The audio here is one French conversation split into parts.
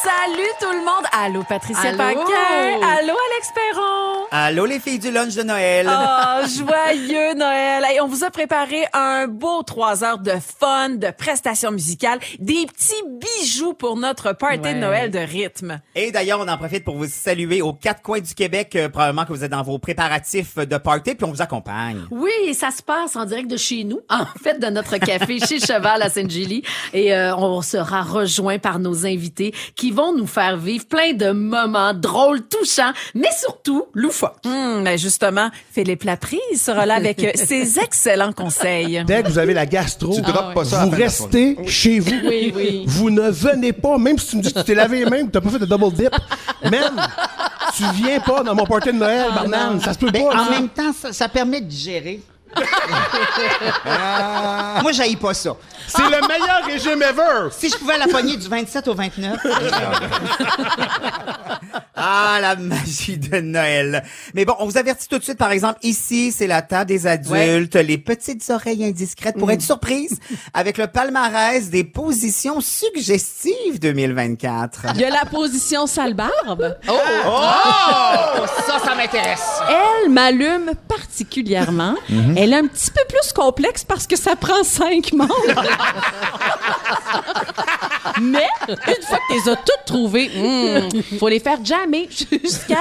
Salut tout le monde. Allô Patricia Allô. Paquin. Allô Alex Perron. Allô les filles du lunch de Noël. Ah. Oh, joyeux Noël. Et on vous a préparé un beau trois heures de fun, de prestations musicales, des petits bijoux pour notre party Ouais. de Noël de rythme. Et d'ailleurs, on en profite pour vous saluer aux quatre coins du Québec. euh, probablement que vous êtes dans vos préparatifs de party, puis on vous accompagne. Oui, et ça se passe en direct de chez nous, en fait, de notre café chez Cheval à Sainte-Julie. Et euh, on sera rejoint par nos invités qui vont nous faire vivre plein de moments drôles, touchants, mais surtout loufoques. Hum, ben justement, Philippe Laprise sera là avec euh, ses excellents conseils. Dès que vous avez la gastro, Tu droppes pas ça à la vous fin de la restez chez vous. Oui, oui. Vous ne venez pas, même si tu me dis que tu t'es lavé les mains, que t'as pas fait de double dip. Même, tu viens pas dans mon party de Noël, Barnal. Ça se peut Ben, pas. en ça. même temps, ça, ça permet de digérer. Ah, Moi, j'haïs pas ça. C'est le meilleur régime ever. Si je pouvais la pogner du 27 au 29. Ah, la magie de Noël. Mais bon, on vous avertit tout de suite, par exemple, ici, c'est la table des adultes, les petites oreilles indiscrètes pour être surprise avec le palmarès des positions suggestives 2024. Il y a la position sale barbe. Oh! Ça, ça m'intéresse. Mhm. Elle m'allume particulièrement. Elle est un petit peu plus complexe parce que ça prend cinq membres. Mais une fois que tu les as toutes trouvées, hmm, faut les faire jammer jusqu'à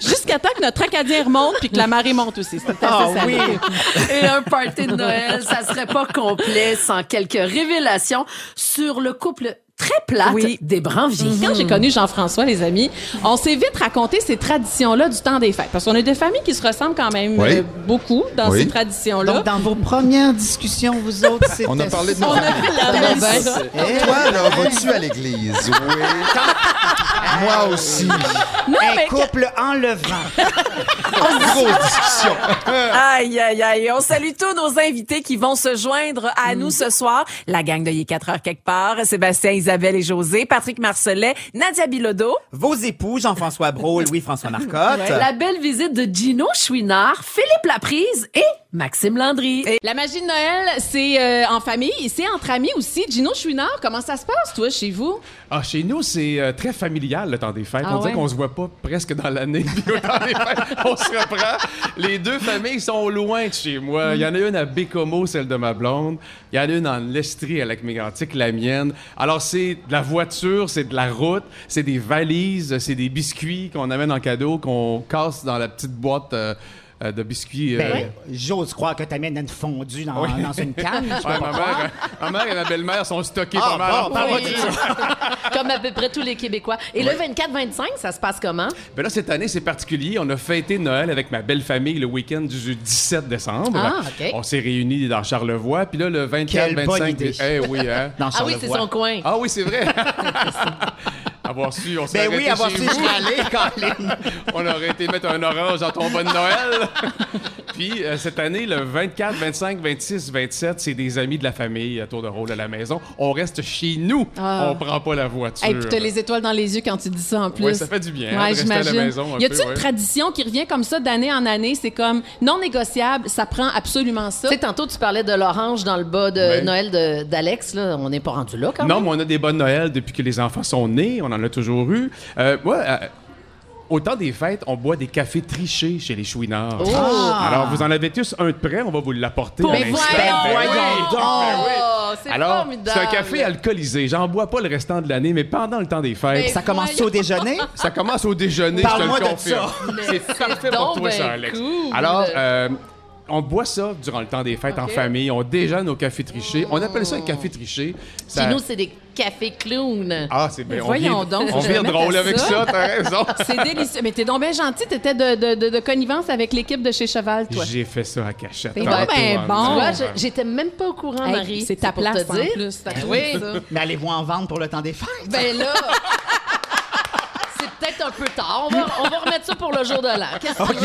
jusqu'à temps que notre acadien remonte puis que la marée monte aussi. C'est assez Ah salé. oui. Et un party de Noël, ça serait pas complet sans quelques révélations sur le couple très plate Oui. Mmh. des Oh. Branviers. Quand j'ai connu Jean-François, les amis, on s'est vite raconté ces traditions-là du temps des fêtes. Parce qu'on a des familles qui se ressemblent quand même Oui. euh, beaucoup dans Oui. ces traditions-là. Donc, dans vos premières discussions, vous autres, c'était On a parlé de nos On a fait la même chose. Eh, Toi, là, vas-tu à l'église? Oui. Moi aussi. un couple enlevant. Grosse discussion. Aïe, aïe, aïe. On salue tous nos invités qui vont se joindre Mmh. à nous ce soir. La gang de Yé 4 heures quelque part. Sébastien, Isabelle et José. Patrick Marcelet. Nadia Bilodeau. Vos époux, Jean-François Brault, Louis-François Marcotte. La belle visite de Gino Chouinard, Philippe Laprise et Maxime Landry. La magie de Noël, c'est euh, en famille et c'est entre amis aussi. Gino Chouinard, comment ça se passe, toi, chez vous? Ah, chez nous, c'est euh, très familial le temps des fêtes. Ah on dirait ouais? qu'on se voit pas presque dans l'année. Puis au temps des fêtes, on se reprend. Les deux familles sont loin de chez moi. Il y en a une à Bécomo, celle de ma blonde. Il y en a une en Lestrie, à lac mégantic la mienne. Alors, c'est de la voiture, c'est de la route, c'est des valises, c'est des biscuits qu'on amène en cadeau, qu'on casse dans la petite boîte euh, euh, de biscuits. euh, Ben, J'ose croire que ta mienne a une fondue dans, dans une canne. Ah je peux ouais, pas ma, croire. mère, ma mère et ma belle-mère sont stockées Ah, pas mal. bon, par Oui. Comme à peu près tous les Québécois. Et le 24-25, ça se passe comment? Ben là, cette année, c'est particulier. On a fêté Noël avec ma belle famille le week-end du jeudi 17 décembre. Ah, OK. On s'est réunis dans Charlevoix. Puis là, le 24, Quelle bonne 25... idée. Eh oui, hein? Dans Ah oui, Charlevoix. c'est son coin. Ah oui, c'est vrai. avoir su, on serait Ben oui, arrêté avoir chez su, vous. je serais allé, Colin. On aurait été mettre un orange dans ton bon Noël. Puis euh, cette année, le 24, 25, 26, 27, c'est des amis de la famille à tour de rôle à la maison. On reste chez nous. Ah. On prend pas la voiture. Et puis t'as les étoiles dans les yeux quand tu dis ça en plus. Ouais, ça fait du bien, hein, de Ouais, rester à la j'imagine. maison un y a-tu peu, une ouais. tradition qui revient comme ça d'année en année? C'est comme non négociable, ça prend absolument ça. Tu sais, tantôt, tu parlais de l'orange dans le bas de Ouais. Noël de- d'Alex. là. On n'est pas rendu là, Ah quand Non, même. mais on a des bonnes Noël depuis que les enfants sont nés. On en a toujours eu. Euh, ouais, euh, au temps des fêtes, on boit des cafés trichés chez les chouinards. Oh! Ah! Alors, vous en avez tous un de près. On va vous l'apporter. à Mais l'instant. voyons Ben oui, donc! ben oui. Oh, c'est Alors, formidable. c'est un café alcoolisé. J'en bois pas le restant de l'année, mais pendant le temps des Ben fêtes, Ça commence au déjeuner? Ah, ça commence au déjeuner, je te Parle-moi de le confirme. C'est parfait pour donc toi, ça, ben Alex. cool. Alors, euh, on boit ça durant le temps des fêtes en Ok. famille. On déjeune au café triché. On appelle ça un café triché. Ça- Chez nous, c'est des cafés clowns. ah, c'est bien. on Voyons vire- donc, On je vire vais drôle mettre à avec ça. ça, t'as raison. C'est délicieux. Mais t'es donc bien gentil. T'étais de, de, de, de connivence avec l'équipe de chez Cheval, toi. J'ai fait ça à cachette. C'est tantôt, ben hein, bon. Tu vois, mais- je- j'étais même pas au courant, Hey, Marie. c'est ta pour place te en dire. plus. t'as oui. raison, Ben ça. Mais allez-vous en vendre pour le temps des fêtes? Ben là, c'est peut-être un peu tard. On va, on va remettre ça pour le jour de l'an. Qu'est-ce que tu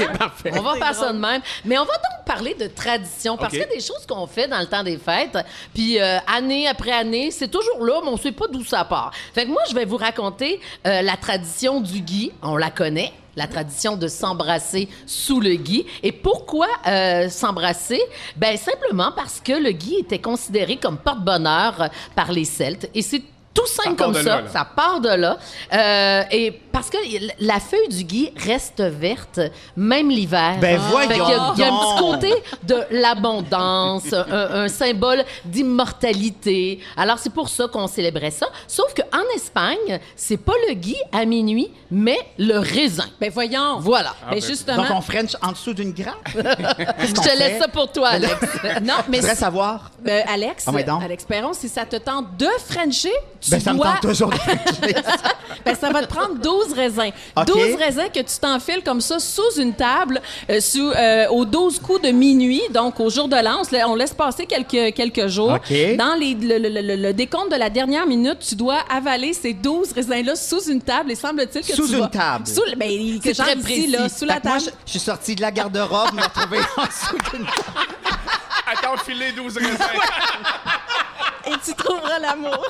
veux? On va faire ça de même. Mais on va donc parler de tradition parce OK. qu'il y a des choses qu'on fait dans le temps des fêtes. Puis euh, année après année, c'est toujours là, mais on sait pas d'où ça part. Fait que moi, je vais vous raconter euh, la tradition du gui. On la connaît. La tradition de s'embrasser sous le gui. Et pourquoi euh, s'embrasser? Ben simplement parce que le gui était considéré comme porte-bonheur euh, par les Celtes. Et c'est tout tout simple part comme de ça. là, là. Ça part de là. Euh, et parce que il- la feuille du gui reste verte, même l'hiver. Ben voyons Fait qu'il y a- Il y, a un donc. petit côté de l'abondance, un, un symbole d'immortalité. Alors, c'est pour ça qu'on célébrait ça. Sauf qu'en Espagne, c'est pas le gui à minuit, mais le raisin. Ben voyons. Voilà. Ah Ben Donc, justement. on French en dessous d'une grappe? Je te laisse ça pour toi, Alex. Non, Je mais voudrais savoir. Euh, Alex, Ah ouais, donc. Alex Perron, si ça te tente de Frencher, tu Ben, ça me dois- tente toujours. Ben, ça va te prendre 12 raisins. OK. 12 raisins que tu t'enfiles comme ça sous une table euh, sous, euh, aux 12 coups de minuit, donc au jour de l'an. On se la- On laisse passer quelques, quelques jours. OK. Dans les- le, le- le- le décompte de la dernière minute, tu dois avaler ces 12 raisins-là sous une table et semble-t-il que Sous tu une vas- table. Sous, le- ben, il- que C'est très genre ici, là, précis. sous Fait la que moi, table. je, je suis sortie de la garde-robe, me retrouver en dessous d'une Attends, filer 12 raisins. Et tu trouveras l'amour.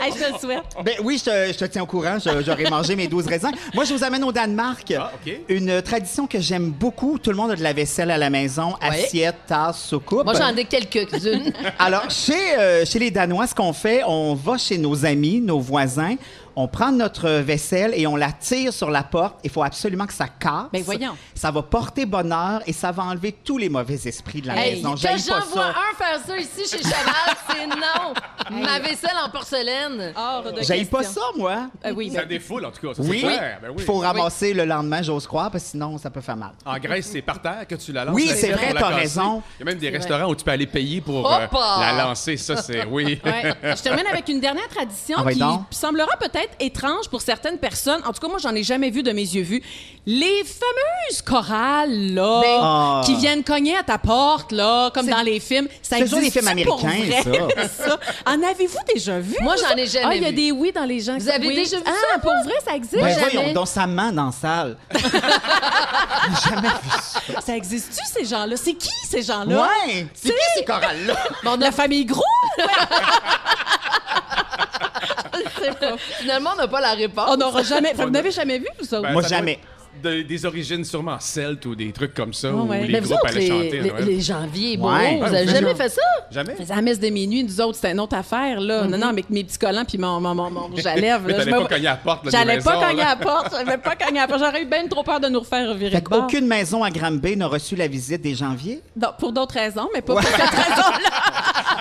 Hey, je te le souhaite. Ben oui, je te, je te tiens au courant. Je- J'aurais mangé mes 12 raisins. Moi, je vous amène au Danemark. Ah, OK. Une tradition que j'aime beaucoup. Tout le monde a de la vaisselle à la maison, assiette, tasse, soucoupe. Moi, j'en ai quelques-unes. Alors, chez, euh, chez les Danois, ce qu'on fait, on va chez nos amis, nos voisins, on prend notre vaisselle et on la tire sur la porte. Il faut absolument que ça casse. Ben voyons. Ça va porter bonheur et ça va enlever tous les mauvais esprits de la Hey, maison. que J'haïs j'en pas vois ça. un faire ça ici chez Chaval, c'est non. Ma vaisselle en porcelaine. Ah, Hors de J'aille pas ça, question. moi. Euh, oui, Ça ben- défoule, en tout cas. Ça, Oui, c'est clair. Ben oui. il faut ramasser le lendemain, j'ose croire, parce que sinon, ça peut faire mal. En Grèce, c'est par terre que tu la lances. Oui, la c'est tête, vrai, on la t'as casse. raison. Il y a même des restaurants où tu peux aller payer pour euh, Hoppa! la lancer. Ça, c'est oui. Ouais. Je termine avec une dernière tradition Ah ouais, qui donc. semblera peut-être étrange pour certaines personnes. En tout cas, moi, j'en ai jamais vu de mes yeux vus. Les fameuses chorales, là, Ah. qui viennent cogner à ta porte, là, comme C'est- dans les films. Ça c'est toujours existe des films pour américains, vrai, ça? En avez-vous déjà vu? Moi, ça? j'en ai jamais Ah, il y a vu. des oui dans les gens. Vous qui- avez oui. déjà vu ah, ça, pour vrai, ça existe? Ben jamais. voyons donc, ça ment dans la salle. Ça existe-tu, ces gens-là? C'est qui, ces gens-là? Ouais! C'est qui ces chorales-là? La famille Gros? Finalement, on n'a pas la réponse. On n'aura jamais... Vous n'avez jamais vu, ça? Ben, Moi, ça doit jamais. être de- des origines sûrement celtes ou des trucs comme ça où ouais. les Mais vous groupes autres, allaient les, chanter. les- ouais. les janvier, beaux, Ouais. vous avez Ouais, jamais c'est fait ça? Jamais. faisais la messe des minuit, nous autres, c'était une autre affaire, là. Non, non, avec mes petits collants puis mon, mon, mon, mon rouge à lèvres. Mhm. Mais là, je t'allais me- pas cogner à la porte, là, des J'allais pas maisons, cogner là. à la porte. J'allais pas cogner à la porte. J'aurais eu bien trop peur de nous refaire virer Fait de bord. qu'aucune maison à Granby n'a reçu la visite des janvier. Non, pour d'autres raisons, mais pas pour cette raison-là.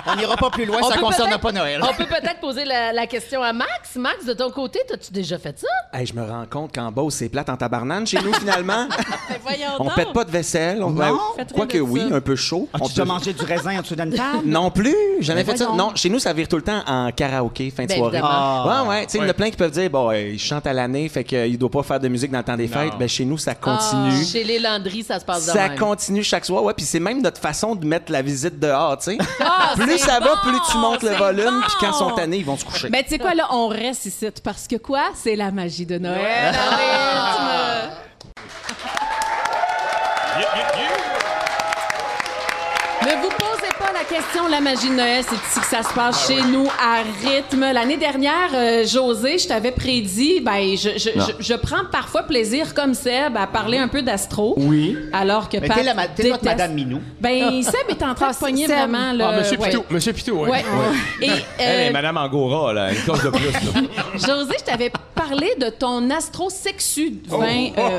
On n'ira pas plus loin, On ça peut concerne peut-être- pas Noël. On peut peut-être poser la, la question à Max. Max, de ton côté, as-tu déjà fait ça? Hey, je me rends compte qu'en Beauce, c'est plate en tabarnane chez nous, finalement. Mais voyons on donc. pète pas de vaisselle. On... ben, Non? Faites rien Quoique de oui, ça. un peu chaud. Ah, As-tu On déjà peut- mangé du raisin en dessous d'une table? Non plus, jamais Ben fait ça. voyons. Non, chez nous, ça vire tout le temps en karaoké, fin de Ben, soirée. évidemment. Ah, Ouais, ouais. Tu sais, il y en a plein qui peuvent dire, bon, euh, il chante à l'année, fait qu'il ne doit pas faire de musique dans le temps des fêtes. Ben, chez nous, ça Ah, continue. Chez les Landry, ça se passe de Ça même. continue chaque soir, ouais, puis c'est même notre façon de mettre la visite dehors, tu sais. Ah, plus c'est ça va, bon, plus tu montes le c'est volume, bon. Ben, puis quand ils sont tannés, ils vont se coucher. Mais tu sais quoi, là, on reste ici parce que quoi? C'est la magie de Noël. Ah. Ne vous posez pas la question, la magie de Noël, c'est ici que ça se passe chez nous à rythme. L'année dernière, euh, José, je t'avais prédit, ben, je, je, je, je prends parfois plaisir comme Seb à parler un peu d'astro. Oui. Alors que Mais Pat t'es la ma- t'es notre déteste- Madame Minou. Ah, Ben, Seb est en train de pogner vraiment le. Ah, ouais. Monsieur Pitou, Ouais. Et euh, Madame Angora, là, une cause de plus. là. José, je t'avais parlé de ton astro sexu euh,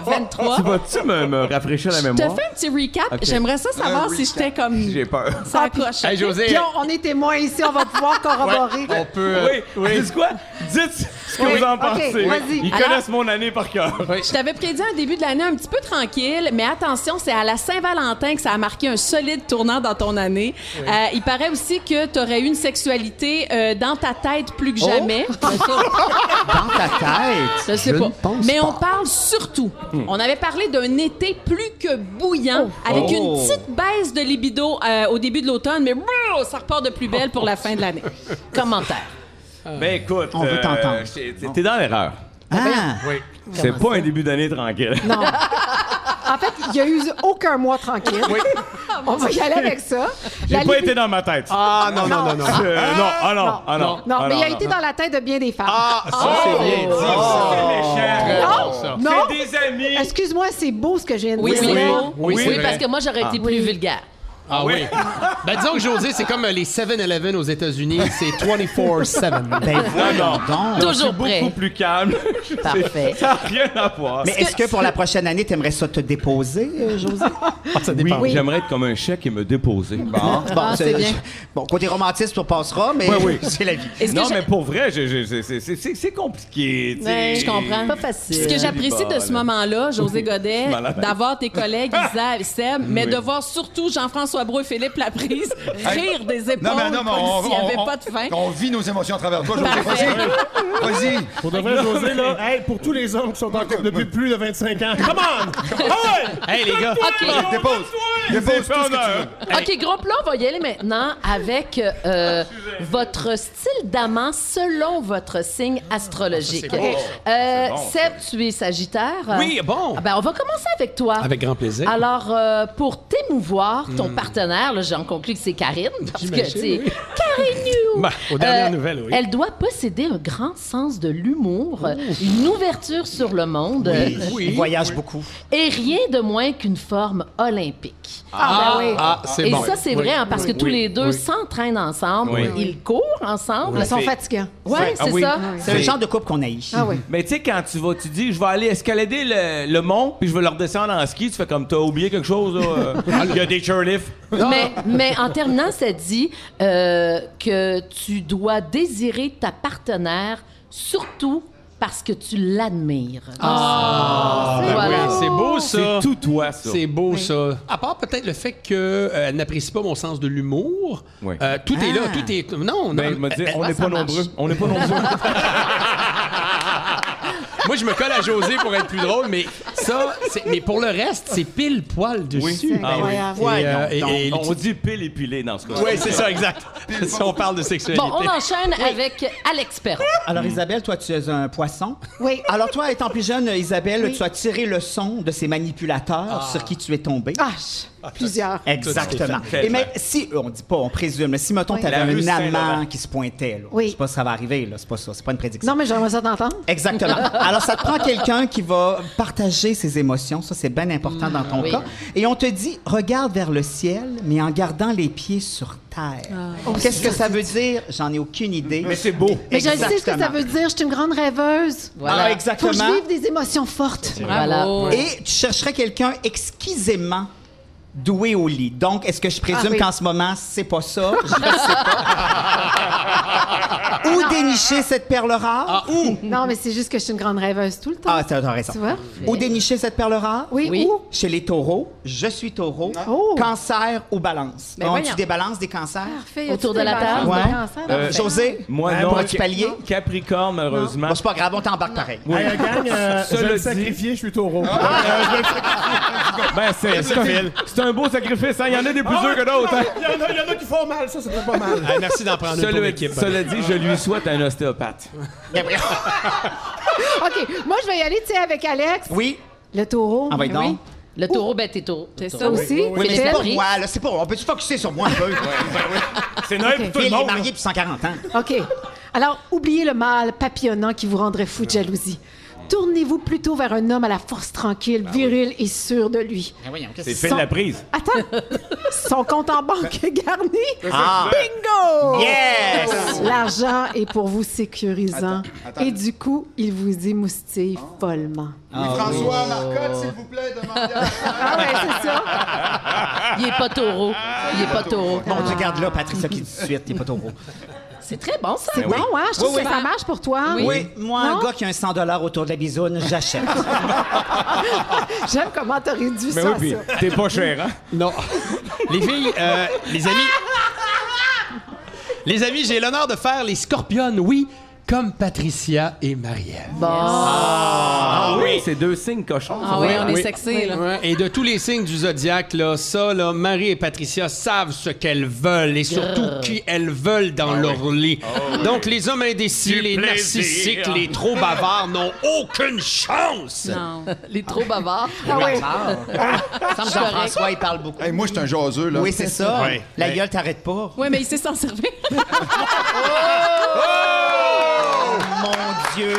2023. Oh. Tu vas-tu me, me rafraîchir la Je te fais mémoire? un petit recap. Ok. J'aimerais ça savoir si j'étais comme J'ai peur. ça accroche. Hey, José. Puis on, on est témoins ici, on va pouvoir corroborer. On peut. Oui, oui. Dites quoi? Dites ce que Oui. vous en Ok, pensez. vas-y. Ils Alors- connaissent mon année par cœur. Je t'avais prédit un début de l'année un petit peu tranquille, mais attention, c'est à la Saint-Valentin que ça a marqué un solide tournant dans ton année. Euh, il paraît aussi que tu aurais eu une sexualité euh, dans ta tête plus que jamais. Oh! Dans ta tête? Je sais pas. Mais on parle surtout. On avait parlé d'un été plus que bouillant, avec Hmm. Oh. une petite baisse de libido euh, au début de l'automne, mais brrr, ça repart de plus belle pour la fin de l'année. Commentaire. Ben écoute. On veut t'entendre. c'est- T'es dans l'erreur. Ah! C'est pas un début d'année tranquille. Non. En fait, il n'y a eu aucun mois tranquille. on va y aller avec ça. J'ai La pas libi- été dans ma tête. Ah, non, non, non, non. Euh, non, ah non, ah non. Non, ah mais il a non, été non. dans la tête de bien des femmes. Ah. Ça, c'est bien dit. C'est méchant. non, non. C'est des amis. Excuse-moi, c'est beau ce que j'ai dit. Oui, oui, c'est beau. oui, Oui, c'est vrai. parce que moi, j'aurais été plus vulgaire. Ah oui. Oui. ben disons que José, c'est comme euh, les 7-Eleven aux États-Unis, c'est 24-7. Ben, voyons donc. Toujours Je suis prêt. beaucoup plus calme. Parfait. Ça n'a rien à voir. Mais est-ce que pour la prochaine année, t'aimerais ça te déposer, euh, José? ça oui, dépend. Oui. j'aimerais être comme un chèque et me déposer. Bon, Bon, c'est- bon, côté romantisme, on passera, mais c'est la vie. Non, mais pour vrai, je- je- c'est- c'est- c'est c'est compliqué. tu sais. Ouais, je comprends. Pas Puis Ce que j'apprécie bah, de ce moment-là, José Godet, Je suis mal à l'aise. d'avoir tes collègues Isa et Seb, mais Oui. de voir surtout Jean-François Brou et Philippe Laprise rire des épaules Non, mais non, mais on, comme s'il n'y avait on- pas de fin. on vit nos émotions à travers toi, José. Parfait. Vas-y. Vas-y. Pour de vrai, José, là, hey, pour tous les hommes qui sont en couple depuis plus de 25 ans, come on! Ah ouais! Hey, les gars. Calme-toi! Ok. Dépose. Dépose tout ce que tu veux. OK, gros plan, on va y aller maintenant avec euh, Ah, euh, votre style d'amant selon votre signe astrologique. Ah, ça, c'est bon, ça. Euh, C'est bon, Seb, tu es Sagittaire. Oui, bon. Ah, ben, on va commencer avec toi. Avec grand plaisir. Alors, euh, pour t'émouvoir, ton Hmm. partenaire, là, j'en conclus que c'est Karine, parce que, J'imagine, tu sais, oui. Karine New! Ben, aux dernières nouvelles, oui. Euh, Elle doit posséder un grand sens de l'humour, une ouverture sur le monde. Oui, euh, il voyage beaucoup. et rien de moins qu'une forme olympique. Ah, ben ah, c'est Et bon. ça, c'est Oui. vrai, hein, parce que Oui. tous Oui. les deux Oui. s'entraînent ensemble, Oui. ils courent ensemble. Oui. Ils sont fatigants. Oui, Ouais. c'est Ah oui. ça. C'est le genre de couple qu'on haït. Mais tu sais, quand tu vas, tu dis, je vais aller escalader le, le mont, puis je vais leur descendre en ski, tu fais comme, t'as oublié quelque chose, là. euh, Il y a des chairlifts. Mais, mais en terminant, ça dit euh, que tu dois désirer ta partenaire surtout parce que tu l'admires. Ah, ben Voilà. oui, c'est beau ça. C'est tout toi ça. C'est beau ça. À part peut-être le fait qu'elle n'apprécie pas mon sens de l'humour. euh, tout est là, Ah. tout est. Non, non. Ben, il m'a dit, on n'est pas nombreux. On n'est pas nombreux. Moi, je me colle à José pour être plus drôle, mais ça, c'est- mais pour le reste, c'est pile poil dessus. C'est Ah oui. incroyable. Et, euh, Voyons et- et- donc. On dit pile et pilé dans ce cas-là. Oui, c'est ça, exact. si on parle de sexualité. Bon, on enchaîne avec Alex Perron. Alors, Isabelle, toi, tu es un poisson. Oui. Alors, toi, étant plus jeune, Isabelle, Oui. tu as tiré le son de ces manipulateurs sur qui tu es tombée. Ah, je- Ah, plusieurs. Exactement. Et mais si, euh, on dit pas, on présume, mais si, mettons, Oui. t'avais La rue un Saint-Laurent. amant qui se pointait, là. Oui. Je sais pas si ça va arriver, là. C'est pas ça. C'est pas une prédiction. Non, mais j'aimerais ça t'entendre. Exactement. Alors, ça te prend quelqu'un qui va partager ses émotions. Ça, c'est bien important dans ton Mm. oui. cas. Et on te dit, regarde vers le ciel, mais en gardant les pieds sur terre. Oh, Qu'est-ce c'est que ça veut dire? J'en ai aucune idée. Mais c'est beau. Mais je sais ce que ça Exactement. veut dire. Je suis une grande rêveuse. Voilà. Ah, exactement. Faut que je vive des émotions fortes. Voilà. Et tu chercherais quelqu'un exquisément doué au lit. Donc, est-ce que je présume Ah oui. qu'en ce moment, c'est pas ça? Je sais pas. Ou dénicher cette perle rare? Ah, ou... Non, mais c'est juste que je suis une grande rêveuse tout le temps. Ah, t'as t'as raison. Tu vois? Ou dénicher cette perle rare? Oui, Oui. ou- Chez les taureaux, je suis taureau, cancer ou balance. Ben Donc, voyons. tu débalances des cancers? Parfait, y a-tu Autour de des la balances table? de cancers? Euh, José? Moi, hein, non. Pourrais-tu Ca- pallier? Capricorne, heureusement. Bon, c'est pas grave, on t'embarque pareil. Ah, Oui. Hey, gang, euh, je vais Cela me dit- sacrifier, je suis taureau. Ah. euh, Ben, c'est c'est un, c'est un beau sacrifice. hein. Il y en a des Ah plus durs que d'autres. hein. Il y, en a- il y en a qui font mal, ça, ça fait pas mal. merci d'en prendre une Cela- pour l'équipe. Cela dit, je lui souhaite un ostéopathe. OK. Moi, je vais y aller, tu sais, avec Alex. Oui. Le taureau. Ah, ben Ben oui. donc. Le taureau bête et taureau. C'est ça aussi. Oui, mais c'est pas Phil? moi, là. C'est pas. On peut-tu focusser sur moi un peu? C'est Noël pour tout le Il est monde, marié depuis 140 ans. OK. Alors, oubliez le mâle papillonnant qui vous rendrait fou de Ah. jalousie. Tournez-vous plutôt vers un homme à la force tranquille, Ben viril et sûr de lui. C'est fait de la prise. Attends, son compte en banque Ben, est garni. Ah. Bingo! Yes! L'argent est pour vous sécurisant. Attends, attends. Et du coup, il vous émoustille Ah. follement. François Marcotte, s'il vous plaît, demandez à Ah ouais, c'est ça. Il est pas taureau. Il est pas taureau. Bon, tu regardes là, Patricia qui dit tout de suite, t'es pas taureau. C'est très bon, ça. C'est Ben oui. bon, hein? Je trouve Oui, oui. que ça marche pour toi. hein. Oui. moi, un gars qui a un 100 autour de la bisoune, j'achète. J'aime comment t'as réduit Ah, Mais ça. oui, à puis- ça. T'es pas cher, hein? Non. Les filles, euh, les amis. Les amis, j'ai l'honneur de faire les scorpions, oui, comme Patricia et Marie-Ève. Ah Ah oui, c'est deux signes cochons. Ah ça. Ah Ouais, Et de tous les signes du zodiaque, là, ça, là, Marie et Patricia savent ce qu'elles veulent et surtout Grrr. qui elles veulent dans Ah leur lit. Donc, les hommes indécis, Du les plaisir. narcissiques, les trop bavards n'ont aucune chance. Non. Les trop bavards. Ah oui. Ça me Jean-François, il parle beaucoup. Hey, moi, je suis un jaseux, là. Oui, c'est ça. Ouais. La gueule t'arrête pas. Oui, mais il sait s'en servir. Oh Mon Dieu.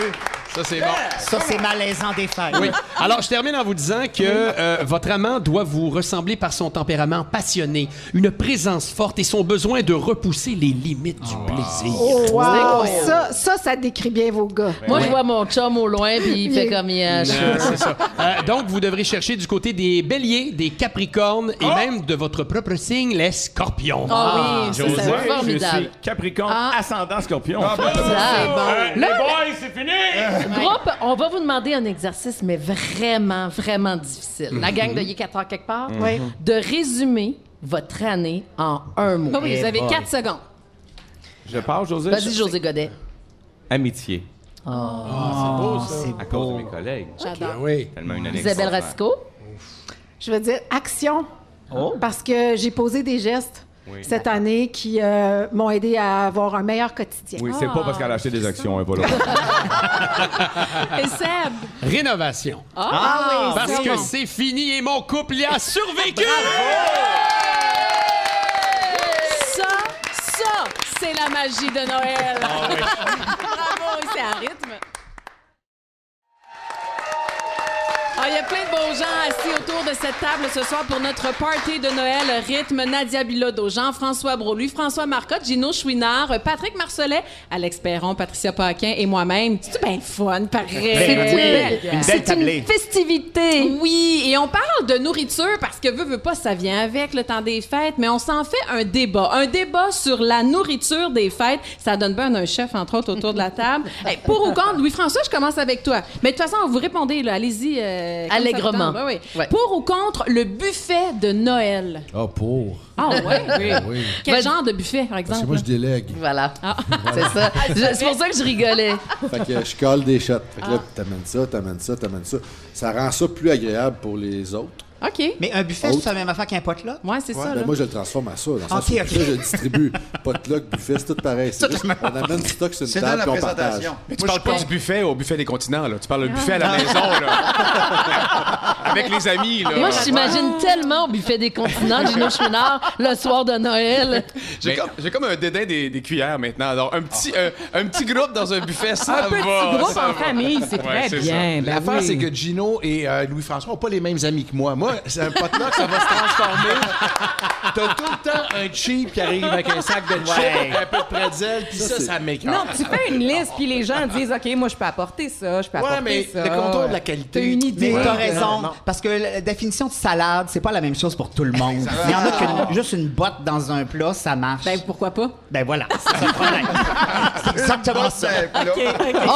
Ça, c'est bon. Ça, c'est malaisant des fêtes. Oui. Alors, je termine en vous disant que euh, votre amant doit vous ressembler par son tempérament passionné, une présence forte et son besoin de repousser les limites Ah, du plaisir. Oh, wow. incroyable. Ça, ça, ça décrit bien vos gars. Moi, je vois mon chum au loin, puis il fait comme il a. Euh, c'est ça. Euh, donc, vous devrez chercher du côté des béliers, des capricornes Ah! et même de votre propre signe, les scorpions. Ah oui, ça, ça va être José, formidable. Capricorne, ascendant scorpion. ben, Ah, bon. C'est bon. Euh, les Là, boys, c'est fini! Groupe, on va vous demander un exercice, mais vraiment, vraiment difficile. La gang de Mhm. Yé 4 heures quelque part, Oui. de résumer votre année en un mot. Ah oui, vous avez boy. quatre secondes. Je pars, José. Vas-y, José Godet. Amitié. Ah, c'est À cause de mes collègues. ben J'adore. Ah oui. Tellement une année Isabelle extraordinaire. Rasco. Je veux dire action. Oh. Parce que j'ai posé des gestes Oui. cette année qui euh, m'ont aidé à avoir un meilleur quotidien. Oui, c'est pas parce qu'elle a acheté des Ah, actions, hein, pas là. Et Seb? Rénovation. Ah, Ah, oui, Parce c'est que bon. c'est fini et mon couple y a survécu! Ça, ça, c'est la magie de Noël. Ah oui. Bravo, c'est à rythme. Ah, Il y a plein de beaux gens assis autour de cette table ce soir pour notre party de Noël. Rythme Nadia Bilodeau, Jean-François Brolu, François Marcotte, Gino Chouinard, Patrick Marcelet, Alex Perron, Patricia Paquin et moi-même. C'est bien fun, pareil. Ben oui, belle- une belle c'est tablée. festivité. Oui, et on parle de nourriture parce que veut veut pas ça vient avec le temps des fêtes, mais on s'en fait un débat, un débat sur la nourriture des fêtes. Ça donne bien un chef entre autres autour de la table. Hey, pour ou contre, Louis François, je commence avec toi. Mais de toute façon, vous répondez là, allez-y euh, comme ça vous Allègrement. tente. Ben oui. Ouais. Pour ou contre le buffet de Noël Ah, pour. Ah ouais, oui. Ah oui. Quel Vas-y. genre de buffet par Parce exemple que moi, je délègue. Voilà. C'est ça. Je- C'est pour ça que je rigolais. Fait que je colle des shots. Fait que là, Ah. t'amènes ça, t'amènes ça, t'amènes ça. Ça rend ça plus agréable pour les autres. OK. Mais un buffet, Autre. c'est la même affaire qu'un potluck? Ouais, c'est Ouais, ben moi, je le transforme à ça. Dans le sens Ok, où ok. ça, je le distribue. Potluck, buffet, c'est tout pareil. C'est juste, on amène du stock sur une C'est dans table la et on partage. présentation. Mais tu parles pas du buffet au buffet des continents, là. Tu parles du buffet à la Ah. maison, là. Avec les amis, là. Moi, je t'imagine tellement au buffet des continents, Gino Chouinard, le soir de Noël. J'ai comme, j'ai comme un dédain des, des cuillères maintenant. Alors, un petit, Ah. euh, un petit groupe dans un buffet, ça Un petit va. groupe ça en va. famille, Ouais, c'est très c'est bien. ben ça. L'affaire, c'est que Gino et euh, Louis-François n'ont pas les mêmes amis que moi. Moi, c'est un potluck, ça va se transformer. T'as tout le temps un cheap qui arrive avec un sac de chips, Ouais. un peu de pretzel, puis ça, ça, m'écoeure. Non, m'écarte. tu fais une liste, puis les gens disent, OK, moi, je peux apporter ça, je peux apporter ça. T'as une idée. Mais t'as Ouais. raison. Non. Parce que la définition de salade, c'est pas la même chose pour tout le monde. Il y en a qu'une- juste une botte dans un plat, ça marche. Ben pourquoi pas? Ben voilà, c'est ça le problème. c'est exactement ça.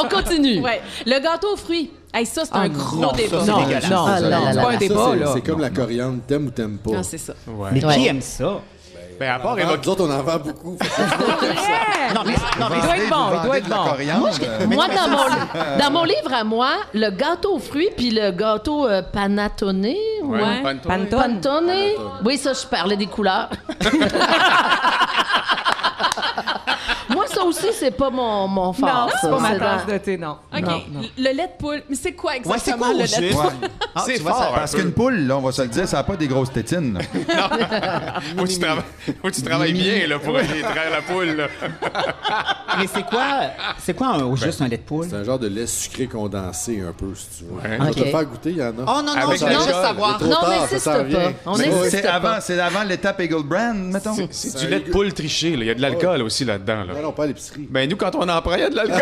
On continue. Ouais. Le gâteau aux fruits. Hey, ça, c'est un gros Ah Non, débat. ça, c'est dégueulasse. c'est Ça, ça, ça, pas un ça, débat, Oh, c'est- là. C'est comme la coriandre, t'aimes ou t'aimes pas. Non, c'est ça. Mais Ouais. qui aime ça? Ben, à Ah, part Nous autres, on en vend beaucoup. Non, mais, non, mais- Il doit être bon, il doit être bon. Moi, je- Moi, mais tu dans fais mon, ça, li- dans mon livre à moi, le gâteau aux fruits puis le gâteau euh, panettone, ouais. Pantone. Pantone. Oui, ça, je parlais des couleurs. moi, ça aussi, c'est pas mon, mon fort. Non, ça. c'est pas ma dans- tasse de thé, non. OK. Non, non. Le lait de poule. Mais c'est quoi Ouais, c'est exactement quoi le au lait de juste? poule? Ah, c'est tu vois, ça- fort. parce un peu. qu'une poule, là, on va se le dire, ça n'a pas des grosses tétines. Faut que tu travailles- Faut que tu travailles bien, là, pour Oui. aller traire la poule, là. mais c'est quoi, c'est quoi un, au juste un lait de poule? C'est un genre de lait sucré condensé un peu, si tu veux. On va Ok. te faire goûter, il y en a. Oh, non, non, Avec je veux veux l'alcool. juste savoir. Trop Non, tard, mais ça c'est s'en pas. vient. On Mais existe C'est ouais. avant, c'est avant l'étape Eagle Brand, mettons. C'est du lait de poule triché, là. Il y a de l'alcool aussi là-dedans, là. non, pas à l'épicerie. Ben, nous, quand on en prend, il y a de l'alcool.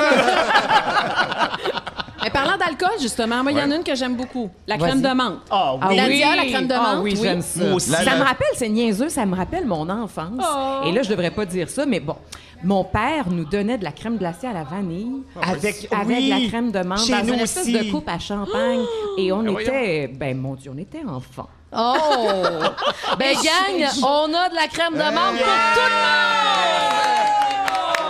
Mais parlant d'alcool, justement, moi, il y en a une que j'aime beaucoup. La crème de Vas-y. menthe. Ah oui. Nadia, la crème de menthe. Ah oui, j'aime ça. Moi aussi. La- la- me rappelle, c'est niaiseux, ça me rappelle mon enfance. Oh. Et là, je devrais pas dire ça, mais bon. Mon père nous donnait de la crème glacée à la vanille Avec- avec oui. la crème de menthe Chez dans nous une espèce aussi. de coupe à champagne et on Ben voyons. était ben mon Dieu on était enfants. Oh! ben, gang, on a de la crème de menthe pour tout le monde!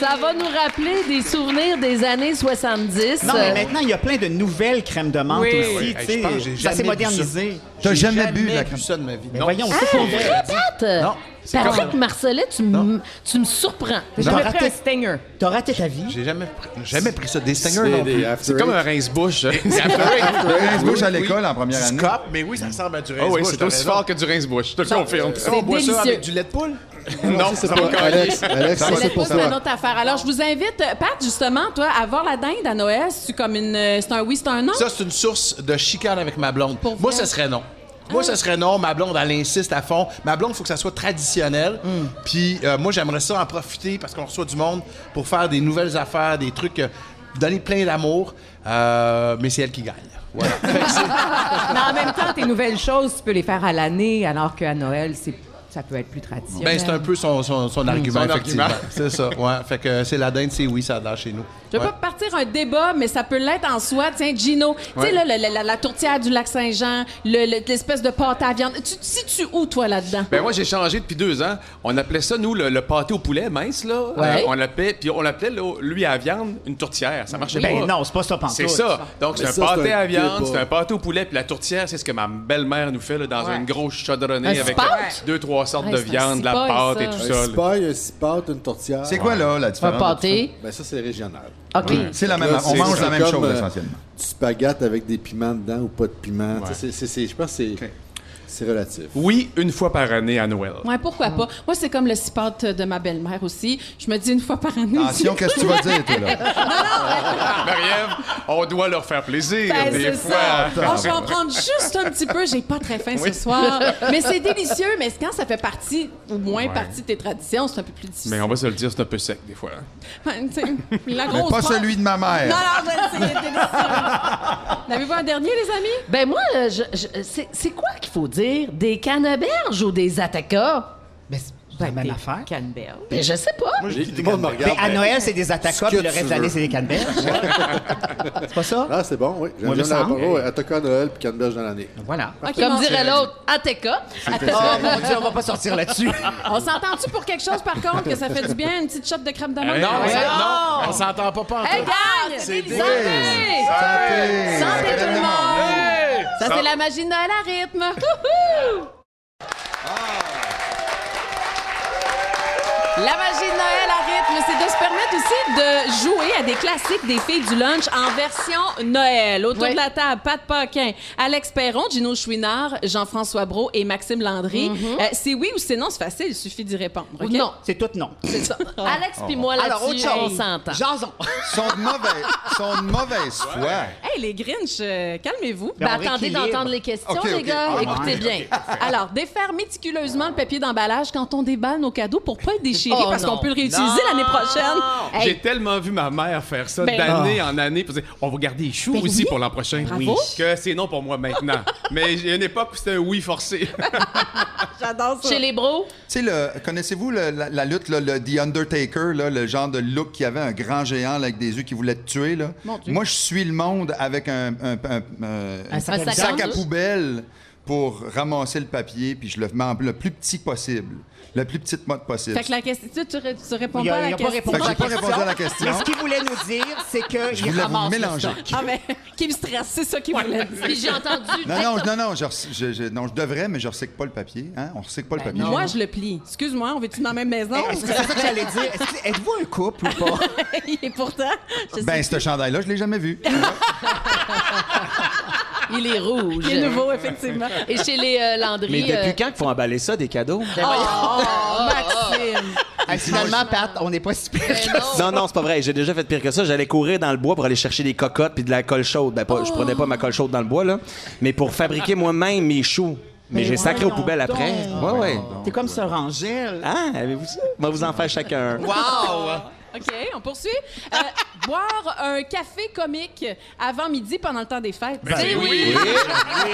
Ça va nous rappeler des souvenirs des années 70. Non, mais maintenant, il y a plein de nouvelles crèmes de menthe Oui. aussi. Ouais, tu ouais. Hey, je sais. pense que j'ai ça jamais s'est vu modernisé. ça. T'as J'ai jamais bu de la vu crème- ça de ma vie. Mais Non. voyons, c'est pour vrai. Pat! Non. C'est euh, Patrick comme- Marcelet, tu me tu me surprends. T'as jamais pris un stinger. T'as raté ta vie. J'ai jamais, pris- jamais pris ça. Des C'est stingers non des plus. after C'est comme eight. un rince-bouche. Un rince-bouche à l'école en première année. Scop, mais oui, ça ressemble à du Ah rince-bouche. oui, c'est t'as aussi raison. fort que du rince-bouche, je te le Ça, euh, confirme. ça, on boit ça avec du lait de poule? Non, c'est ça pas- va Alex, coller. Alex, Ça va c'est coller. pour C'est une autre affaire. Alors, je vous invite, euh, Pat, justement, toi, à voir la dinde à Noël. C'est comme une, euh, c'est un oui, c'est un non. Ça, c'est une source de chicane avec ma blonde. Moi, ça serait non. Moi, ça serait non. Ma blonde, elle insiste à fond. Ma blonde, il faut que ça soit traditionnel. Puis euh, moi, j'aimerais ça en profiter parce qu'on reçoit du monde pour faire des nouvelles affaires, des trucs, euh, donner plein d'amour. Euh, mais c'est elle qui gagne. Voilà. Mais en même temps, tes nouvelles choses, tu peux les faire à l'année, alors qu'à Noël, c'est ça peut être plus traditionnel. Ben, c'est un peu son, Hmm. son, son argument, son effectivement. argument. c'est ça, ouais. Fait que c'est la dinde, c'est oui, ça a l'air chez nous. Je veux Ouais. pas partir un débat, mais ça peut l'être en soi. Tiens, Gino, tu sais, Ouais. là, le- le- la, la tourtière du lac Saint-Jean, le- le- l'espèce de pâte à viande. Tu te situes où, toi, là-dedans? Ben moi j'ai changé depuis deux ans. On appelait ça nous le, le pâté au poulet mince là. Euh, Ouais. on l'appelait puis on l'appelait là, lui à viande une tourtière. Ça marchait Ben pas. non, c'est pas ça pantoute. C'est ça. Donc c'est Mais un ça, c'est pâté un à viande, débat. c'est un pâté au poulet puis la tourtière c'est ce que ma belle-mère nous fait là, dans Ouais. une grosse chaudronnée Un avec spot? euh, deux trois sortes de viande, de la pâte et tout ça. Un là. cipaille, un cipote, une tourtière. C'est quoi, là, la différence? Un pâté. Ben, ça, c'est régional. OK. Ouais. C'est la même- Là, on c'est- mange c'est la même comme, chose, euh, essentiellement. Du spaghette avec des piments dedans ou pas de piments. Ouais. Tu sais, c'est- c'est- c'est- Je pense que c'est c'est relatif. Oui, une fois par année à Noël. Ouais, pourquoi pas? Moi, c'est comme le cipote de ma belle-mère aussi. Je me dis une fois par année. Attention, c'est qu'est-ce que tu vas dire, toi, là? non, non! Marie-Ève, on doit leur faire plaisir Ben, des c'est fois. ça. Oh, je vais en prendre juste un petit peu. J'ai pas très faim Oui. ce soir. Mais c'est délicieux. Mais quand ça fait partie, ou moins partie de tes traditions, c'est un peu plus difficile. Mais on va se le dire, c'est un peu sec des fois. hein. Ben, tu sais, la Mais grosse pas part- celui de ma mère. Non, non, je le sais, il est délicieux. N'avez-vous un dernier, les amis? Ben moi, euh, je- je- c'est c'est quoi qu'il faut dire? Des canneberges ou des attaquas? Ben, c'est la même affaire. Canneberges. Ben, je sais pas. Tout le monde me regarde. Ben, à Noël, c'est des attaquas, Ce que puis le tu reste de l'année, veux. c'est des canneberges. c'est pas ça? Ah, c'est bon, oui. J'aime Moi, bien me la semble. parole. Attaquant à Noël puis canneberge dans l'année. Voilà. Comme dirait l'autre, attaca. Oh mon Dieu, on va pas sortir là-dessus. On s'entend-tu pour quelque chose, par contre, que ça fait du bien, une petite shot de crème d'amande? non, Hein? Ah, ça- ouais. non, on s'entend pas pas Hey, gagne! C'est Santé! délicieux. Santé! Santé tout le monde! Hey! Ça, Santé. c'est la magie de Noël à rythme. Wouhou! La magie de Noël à rythme, c'est de se permettre aussi de jouer à des classiques des filles du lunch en version Noël. Autour de la table, Pat Paquin, Alex Perron, Gino Chouinard, Jean-François Brault et Maxime Landry. Euh, c'est oui ou c'est non, c'est facile, il suffit d'y répondre. Non, c'est tout non. C'est ça. Alex puis moi Alors, là-dessus, autre on chose. s'entend. Jason. Sont de mauvaise, sont de mauvaise foi. Hey, les Grinch, euh, calmez-vous. Ben, Ben, on attendez rééquilibre. d'entendre les questions, Ok, les ok. gars. Ah, Écoutez ouais. bien. Ok, Alors, défaire méticuleusement le papier d'emballage quand on déballe nos cadeaux pour pas le déchirer Oh, parce non. qu'on peut le réutiliser Non. l'année prochaine. Hey, J'ai tellement vu ma mère faire ça Ben- d'année en année. puis dire, on va garder les choux Ben aussi oui. pour l'an prochain. Bravo. Oui. Que c'est non pour moi maintenant. Mais il y a une époque où c'était un oui forcé. J'adore Chez les bros. Tu sais, le- connaissez-vous le- la, la lutte, là, le, The Undertaker, là, le genre de look qu'il y avait, un grand géant là, avec des yeux qui voulait te tuer? Là? Mon Dieu. Moi, je suis le monde avec un, un- un- euh, Un sac à sac à viande. poubelle pour ramasser le papier, puis je le mets en- le plus petit possible, le plus petit mode possible. Fait que la question, tu, tu, ré- tu réponds Il a- pas à il la a pas question. répondu Fait que à j'ai la pas question. répondu à la question. Mais ce qu'il voulait nous dire, c'est que Je il voulais vous ramasse le mélanger. stock. Ah, mais qui me stresse, c'est ça qu'il voulait dire. Puis j'ai entendu. Non, non, non, non, je, rec- je- je- non, je devrais, mais je recycle pas le papier. Hein? On recycle pas le papier. Moi, je le plie. Excuse-moi, on veut-tu dans la même maison? Est-ce que c'est ça que j'allais dire? Est-ce Êtes-vous un couple ou pas? Et pourtant, je sais Ben, ce chandail-là, je l'ai jamais vu. Il est rouge. Il est nouveau, effectivement. Et chez les euh, Landry. Mais euh, depuis quand qu'il faut emballer ça, des cadeaux? Ben Oh, Maxime! Ah, finalement, Pat, on n'est pas si Ben pire. Non, non, c'est pas vrai. J'ai déjà fait pire que ça. J'allais courir dans le bois pour aller chercher des cocottes puis de la colle chaude. Ben, pas, je prenais pas ma colle chaude dans le bois, là. Mais pour fabriquer moi-même mes choux. Mais j'ai sacré aux poubelles après. Ouais, ouais. euh, T'es comme ce Rangel. Ah, avez-vous ça? On va vous en faire chacun. un. OK, on poursuit. Euh, boire un café comique avant midi pendant le temps des fêtes. Ben, C'est c'est oui. oui.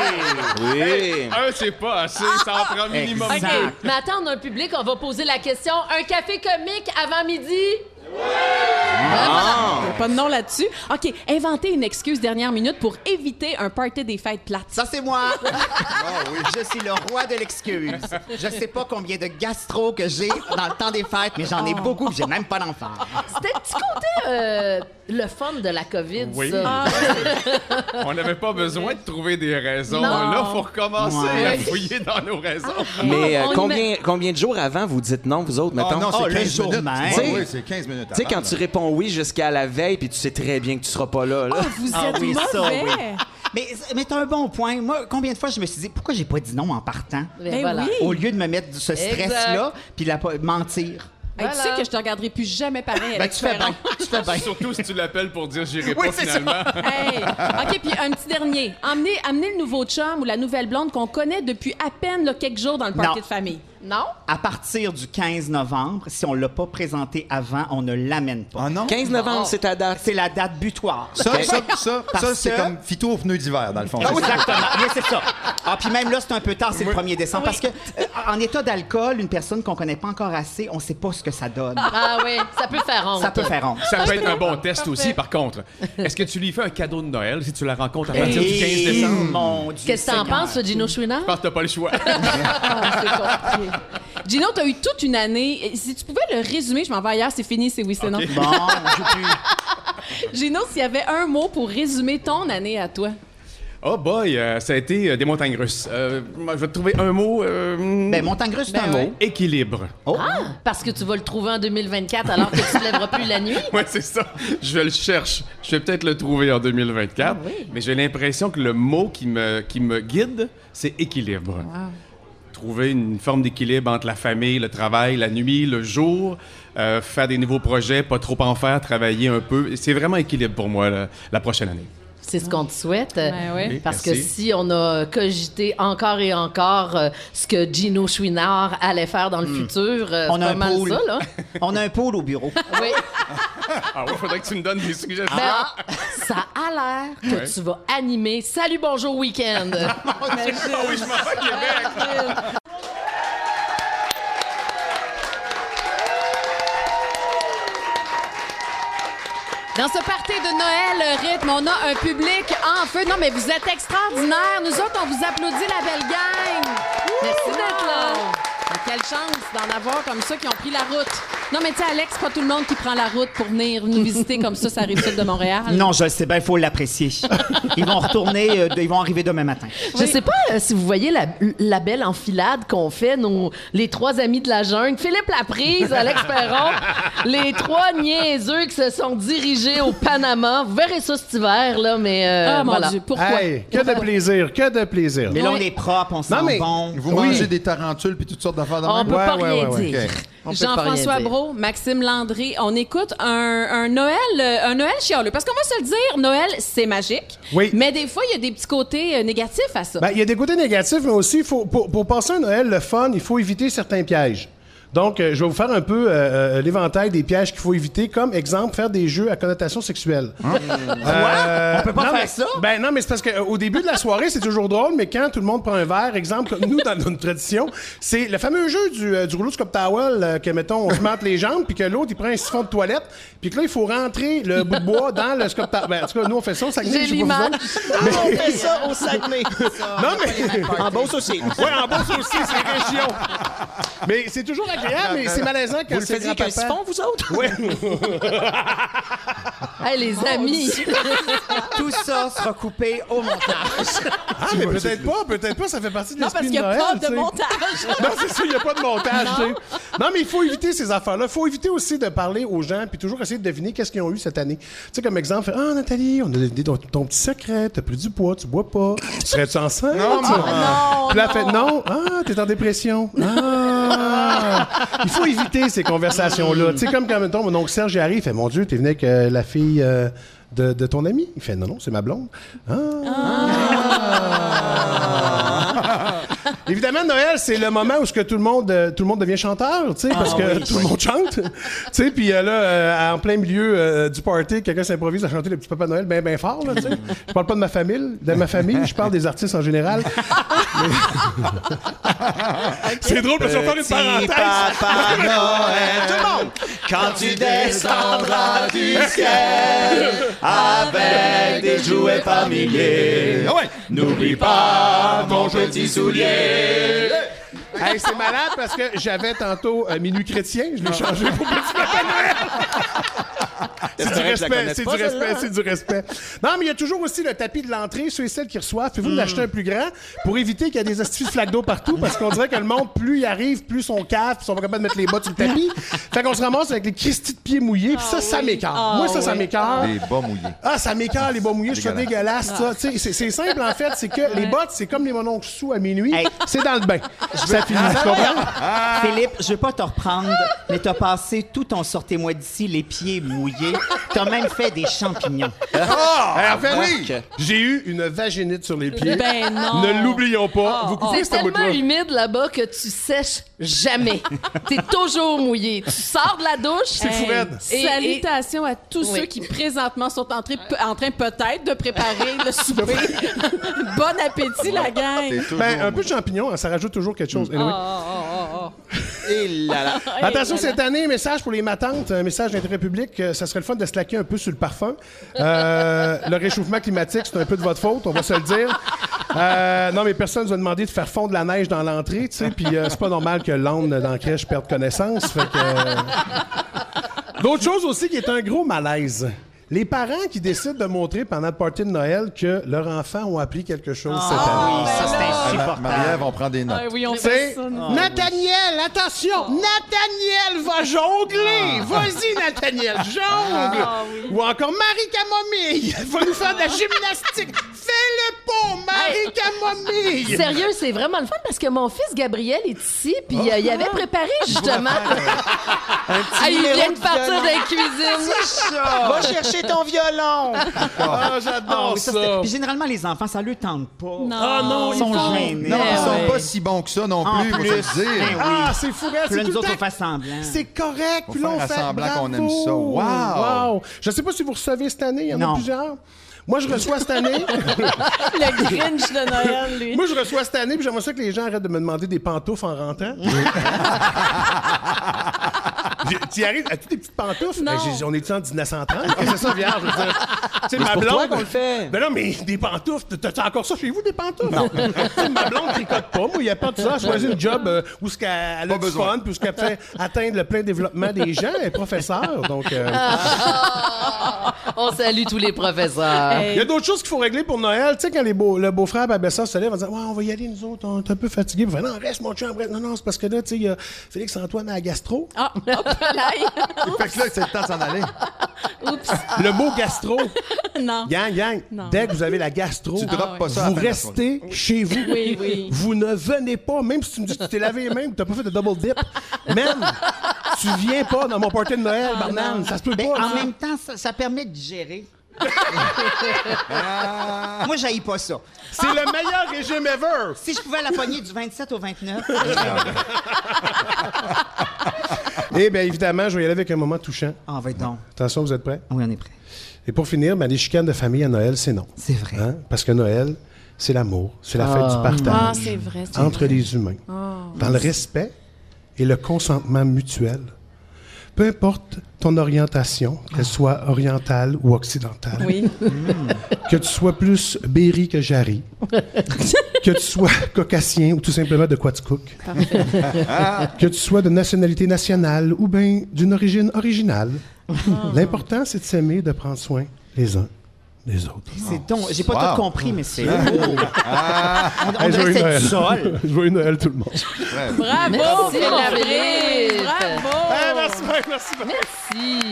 Oui. Un, c'est pas assez. Ah. Ça en prend minimum. OK. Mais attends, on a un public, on va poser la question. Un café comique avant midi? Ah! pas de nom là-dessus. OK, inventer une excuse dernière minute pour éviter un party des fêtes plates. Ça, c'est moi! Ah Je suis le roi de l'excuse. Je sais pas combien de gastro que j'ai dans le temps des fêtes, mais j'en ai Oh. beaucoup puis j'ai même pas d'enfant. C'était tu comptais euh, le fun de la COVID, Oui. ça. Ah. On n'avait pas besoin de trouver des raisons. Non. Là, il faut recommencer Ouais. à fouiller dans nos raisons. Ah, Ah. Mais euh, On y combien, met- combien de jours avant vous dites non, vous autres, Ah mettons? non, c'est 15 minutes. Tu Ouais, sais, oui, c'est 15 minutes Tu sais, avant, quand là. tu réponds oui jusqu'à la veille, puis tu sais très bien que tu seras pas là. là. Oh, Ah oui, ça, oui. Mais, mais t'as un bon point. Moi, combien de fois je me suis dit, pourquoi j'ai pas dit non en partant? Ben Ben voilà. oui. Au lieu de me mettre ce stress-là, puis la po- mentir. Hey, tu sais Voilà. que je te regarderai plus jamais pareil Ben, avec tu fais bien. Tu fais bien. Surtout si tu l'appelles pour dire j'irai Oui, pas c'est ça. finalement. Hey, OK, puis un petit dernier. Emmener, amener le nouveau chum ou la nouvelle blonde qu'on connaît depuis à peine là, quelques jours dans le party Non. de famille. Non? À partir du 15 novembre, si on l'a pas présenté avant, on ne l'amène pas. Ah, 15 novembre, c'est ta date. C'est la date butoir. Ça, ça, ça, Parce ça, c'est que- comme Fito aux pneus d'hiver, dans le fond. Ah oui, exactement. Oui, c'est ça. Ah, puis même là, c'est un peu tard, c'est le 1er décembre. Parce que euh, en état d'alcool, une personne qu'on connaît pas encore assez, on sait pas ce que ça donne. Ah oui, ça peut faire honte. Ça peut faire honte. Ça peut être un bon test aussi, par contre. Est-ce que tu lui fais un cadeau de Noël si tu la rencontres à Eh, partir du 15 décembre? mon Qu'est-ce que t'en penses, Gino Chouinard? Je pense que t'as pas le choix. Gino, t'as eu toute une année. Et Si tu pouvais le résumer, je m'en vais ailleurs, c'est fini, c'est oui, c'est non. Bon, Gino, s'il y avait un mot pour résumer ton année à toi. Oh boy, euh, ça a été euh, des montagnes russes. Euh, moi, je vais te trouver un mot. ben, montagne russe, c'est un mot. Équilibre. Ah, parce que tu vas le trouver en 2024 alors que tu te lèveras plus la nuit. Ouais, c'est ça. Je le cherche. Je vais peut-être le trouver en 2024. Mais j'ai l'impression que le mot qui me, qui me guide, c'est équilibre. Trouver une forme d'équilibre entre la famille, le travail, la nuit, le jour, euh, faire des nouveaux projets, pas trop en faire, travailler un peu. C'est vraiment équilibre pour moi la- la prochaine année. C'est ce qu'on te souhaite. euh, Ben oui. Oui, Parce que merci. si on a euh, cogité encore et encore euh, ce que Gino Chouinard allait faire dans le futur, euh, On c'est a pas un mal pool. ça, là. On a un pôle au bureau. Oui. Ah oui, faudrait que tu me donnes des suggestions. Ben, Ah! ça a l'air que Ah. Ouais. tu vas animer Salut, bonjour, week-end. Ah oui, je m'en vais à Québec. Dans ce party de Noël, euh, rythme, on a un public en feu. Non, mais vous êtes extraordinaires. Nous autres, on vous applaudit, la belle gang. Merci d'être là. Mais Quelle chance d'en avoir comme ça qui ont pris la route. Non, mais tu sais, Alex, pas tout le monde qui prend la route pour venir nous visiter comme ça, ça arrive sud de Montréal. Ah. Non, je le sais bien, il faut l'apprécier. Ils vont retourner, euh, de- ils vont arriver demain matin. Je sais pas euh, si vous voyez la, la belle enfilade qu'on fait, nos, les trois amis de la jungle, Philippe Laprise, Alex Perron, les trois niaiseux qui se sont dirigés au Panama. Vous verrez ça cet hiver, là, mais euh, Ah, mon voilà. Dieu, Hey, que de plaisir, que de plaisir. Mais là, on est propre, on sent Non, mais- bon. Vous Oui. mangez des tarentules puis toutes sortes d'affaires dans On peut pas rien dire. Jean-François Brault, Maxime Landry, on écoute un, un Noël euh, un Noël chialeux. Parce qu'on va se le dire, Noël, c'est magique. Oui. Mais des fois, il y a des petits côtés euh, négatifs à ça. Ben, il y a des côtés négatifs, mais aussi, il faut, pour, pour passer un Noël le fun, il faut éviter certains pièges. Donc, euh, je vais vous faire un peu euh, euh, l'éventail des pièges qu'il faut éviter, comme exemple, faire des jeux à connotation sexuelle. On peut pas Euh, non, faire mais- ça? Ben non, mais c'est parce qu'au début de la soirée, c'est toujours drôle, mais quand tout le monde prend un verre, exemple, comme nous, dans notre tradition, c'est le fameux jeu du, euh, du rouleau de Scott Towel, euh, que, mettons, on se mante les jambes, puis que l'autre, il prend un siphon de toilette, puis que là, il faut rentrer le bout de bois dans le Scott Towel. Ben, en tout cas, nous, on fait ça au Saguenay, je sais pas vous l'image. autres. Ah, on Mais- fait ça au Saguenay. Non, mais. En Beauce aussi. Oui, en Beauce aussi, c'est région. Mais c'est toujours agréable, mais c'est malaisant quand Vous le c'est faisiez avec un grand-papa. siphon, vous autres? Oui. Hey, les Oh, amis. Tout ça sera coupé au montage. Ah, mais peut-être pas, peut-être pas, ça fait partie de Non, l'esprit parce qu'il y a de Noël, pas de tu sais. montage. non, c'est ça, il n'y a pas de montage. Non. tu sais. Non, mais il faut éviter ces affaires-là. Il faut éviter aussi de parler aux gens puis toujours essayer de deviner qu'est-ce qu'ils ont eu cette année. Tu sais, comme exemple, faire, ah, Nathalie, on a deviné ton, ton petit secret, t'as pris du poids, tu bois pas, serais-tu enceinte? Non, Ah, maman. Puis là, elle fait, non, ah, t'es en dépression. Ah! il faut éviter ces conversations-là. Tu sais, comme quand, mettons, mon oncle Serge il arrive, il fait, mon Dieu, t'es venu avec euh, la fille... euh, de, de ton ami? Il fait non, non, c'est ma blonde. Ah. Évidemment, Noël, c'est le moment où ce que tout le monde, euh, tout le monde devient chanteur, tu sais, Ah parce que oui. tout le monde chante. tu sais, puis euh, là, euh, en plein milieu euh, du party, quelqu'un s'improvise à chanter le petit Papa Noël bien, bien fort, là, tu sais. Je parle pas de ma famille, de ma famille, je parle des artistes en général. C'est drôle parce qu'on va faire une Petit parenthèse. Papa Noël. Tout le monde. Quand tu descendras du ciel avec des jouets par milliers. Ah ouais. N'oublie pas mon petit soulier. Hey, c'est malade parce que j'avais tantôt euh, Minuit chrétien, je l'ai changé pour Petit Papa Noël. vrai que je C'est du la respect, connaisse c'est pas, du respect, celle-là. c'est du respect. Non, mais il y a toujours aussi le tapis de l'entrée, ceux et celles qui reçoivent. Puis vous l'acheter un plus grand pour éviter qu'il y ait des astuces de flaques d'eau partout parce qu'on dirait que le monde, plus il arrive, plus son cave, puis ils sont pas capables de mettre les bottes sur le tapis. Fait qu'on se ramasse avec les cristis de pieds mouillés, puis ça, ça m'écarte. Moi, ça, ça m'écarte. Des bas mouillés. Ah, ça m'écarte, les bas mouillés, je trouve ça Dégueulasse. dégueulasse, ça. Tu sais, C'est c'est simple, en fait, c'est que les bottes, c'est comme les mononcles sous à minuit, c'est dans le bain. Ça finit, tu comprends? Philippe, je veux pas te reprendre, mais t'as passé tout ton sortez-moi d'ici les pieds mouillés. T'as même fait des champignons. Ah! en fait, oui! Marc. J'ai eu une vaginite sur les pieds. Ben non. Ne l'oublions pas. Vous coupez C'est cette bout tellement là humide là-bas que tu sèches jamais. T'es toujours mouillé. Tu sors de la douche. Hey, Salutations à tous Oui. ceux qui présentement sont en train, en train peut-être de préparer le souper. bon appétit, la Ah, gang. Ben, un peu de champignons, hein, ça rajoute toujours quelque chose. Anyway. Attention, cette année, message pour les matantes, un message d'intérêt public, euh, ça serait le fun de se laquer un peu sur le parfum. Euh, le réchauffement climatique, c'est un peu de votre faute, on va se le dire. Euh, non, mais personne nous a demandé de faire fondre la neige dans l'entrée, tu sais, puis euh, c'est pas normal que l'onde dans la crèche perde connaissance. Fait que, euh. L'autre chose aussi qui est un gros malaise. Les parents qui décident de montrer pendant le party de Noël que leurs enfants ont appris quelque chose cette année. Ah, Marie-Ève, on prend des notes. C'est- Nathaniel, attention! Nathaniel va jongler! Vas-y, Nathaniel, jongle! Ah Ou encore Marie Camomille, va nous faire de la gymnastique! Fais-le pas, Marie Camomille! Sérieux, c'est vraiment le fun parce que mon fils Gabriel est ici, puis Oh. euh, Ah. il avait préparé justement. ah, il numéro vient de de partir de violon. la cuisine. C'est ça. Va chercher ton violon. Ah, j'adore oui, ça. c'était- Puis généralement, les enfants, ça leur tente pas. Ah non, ils sont Non, gênés. ils sont Ouais. pas si bons que ça non En plus, faut se plus. le dire. Ben oui. Ah, c'est fou, raide, Puis là, c'est nous tout le autres, temps- on fait semblant. C'est correct. Faut Puis là, on faire fait semblant bravo. qu'on aime ça. Wow. Wow. Je sais pas si vous recevez cette année. Il y en Non. a plusieurs. Moi, je reçois cette année. Le Grinch de Noël, lui. Moi, je reçois cette année, puis j'aimerais ça que les gens arrêtent de me demander des pantoufles en rentrant. tu arrives, as-tu des petites pantoufles? Non. Euh, j'ai dit, on est-tu en 1930? Qu'est-ce que Ah, c'est ça, vierge? Je veux dire, Tu sais, Mais ma c'est pour blonde. toi qu'on le fait. Ben non, mais des pantoufles. T'as t'as encore ça chez vous, des pantoufles? Non. Tu sais, ma blonde tricote pas. Moi, il n'y a pas de ça. Elle choisit une job euh, où ce qu'elle elle a du fun, puis où ce qu'elle fait atteindre le plein développement des gens. Elle est professeure, donc... euh, On salue tous les professeurs. il y a d'autres choses qu'il faut régler pour Noël. Tu sais, quand les beaux, le beau-frère et la belle-sœur se lèvent en disant Ouais, on va y aller, nous autres, on est un peu fatigués. Puis, non, reste, mon chum, reste. Non, non, c'est parce que là, tu sais, il y a Félix-Antoine à la gastro. Ah, Fait que là, c'est le temps de s'en aller. Oups. Le mot gastro. Non. Gang, gang, Non. dès que vous avez la gastro, Tu droppes Ah, ouais. pas ça à la vous fin de la restez chez vous. Oui, oui. Vous ne venez pas, même si tu me dis que tu t'es lavé les mains, que t'as pas fait de double dip. Même, tu viens pas dans mon party de Noël, Ah, Barnum. Ça se peut Ben, pas. En ça. même temps, ça, ça permet de gérer. Ah. Moi, j'haïs pas ça. C'est le meilleur régime ever. Si je pouvais la pogner du 27 au 29. Eh bien, évidemment, je vais y aller avec un moment touchant. Ah, va donc. Attention, vous êtes prêts? Oui, on est prêts. Et pour finir, ben, les chicanes de famille à Noël, c'est non. Hein? C'est vrai. Parce que Noël, c'est l'amour, c'est la Ah. fête du partage Ah, c'est vrai, c'est entre vrai. les humains, Oh. dans le respect et le consentement mutuel. Peu importe ton orientation, qu'elle soit orientale ou occidentale, Oui. que tu sois plus Berry que Jarry, que tu sois caucasien ou tout simplement de Quaticook, que tu sois de nationalité nationale ou bien d'une origine originale, l'important c'est de s'aimer, de prendre soin les uns des autres. C'est donc, j'ai pas Wow. tout compris, mais c'est. Ah. beau. Ah. On, on Hey, dirait joyeux que c'est Noël. du sol. Joyeux Noël tout le monde. Bravo, Merci, Philippe. la Philippe. Bravo. Eh, merci, merci, merci.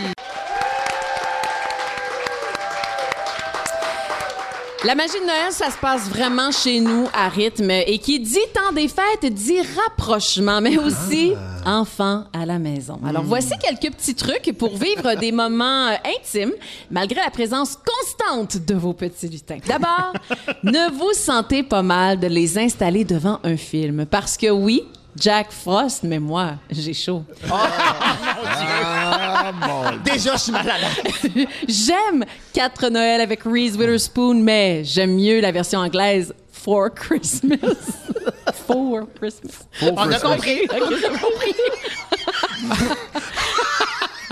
La magie de Noël, ça se passe vraiment chez nous à rythme. Et qui dit temps des fêtes dit rapprochement, mais aussi enfants à la maison. Alors Mm. voici quelques petits trucs pour vivre des moments euh, intimes malgré la présence constante de vos petits lutins. D'abord, ne vous sentez pas mal de les installer devant un film parce que oui, Jack Frost, mais moi, j'ai chaud. Déjà, je suis mal à J'aime 4 Noël avec Reese Witherspoon, mais j'aime mieux la version anglaise For Christmas. For Christmas. For On a Christmas. compris. Ok, ok, j'ai compris.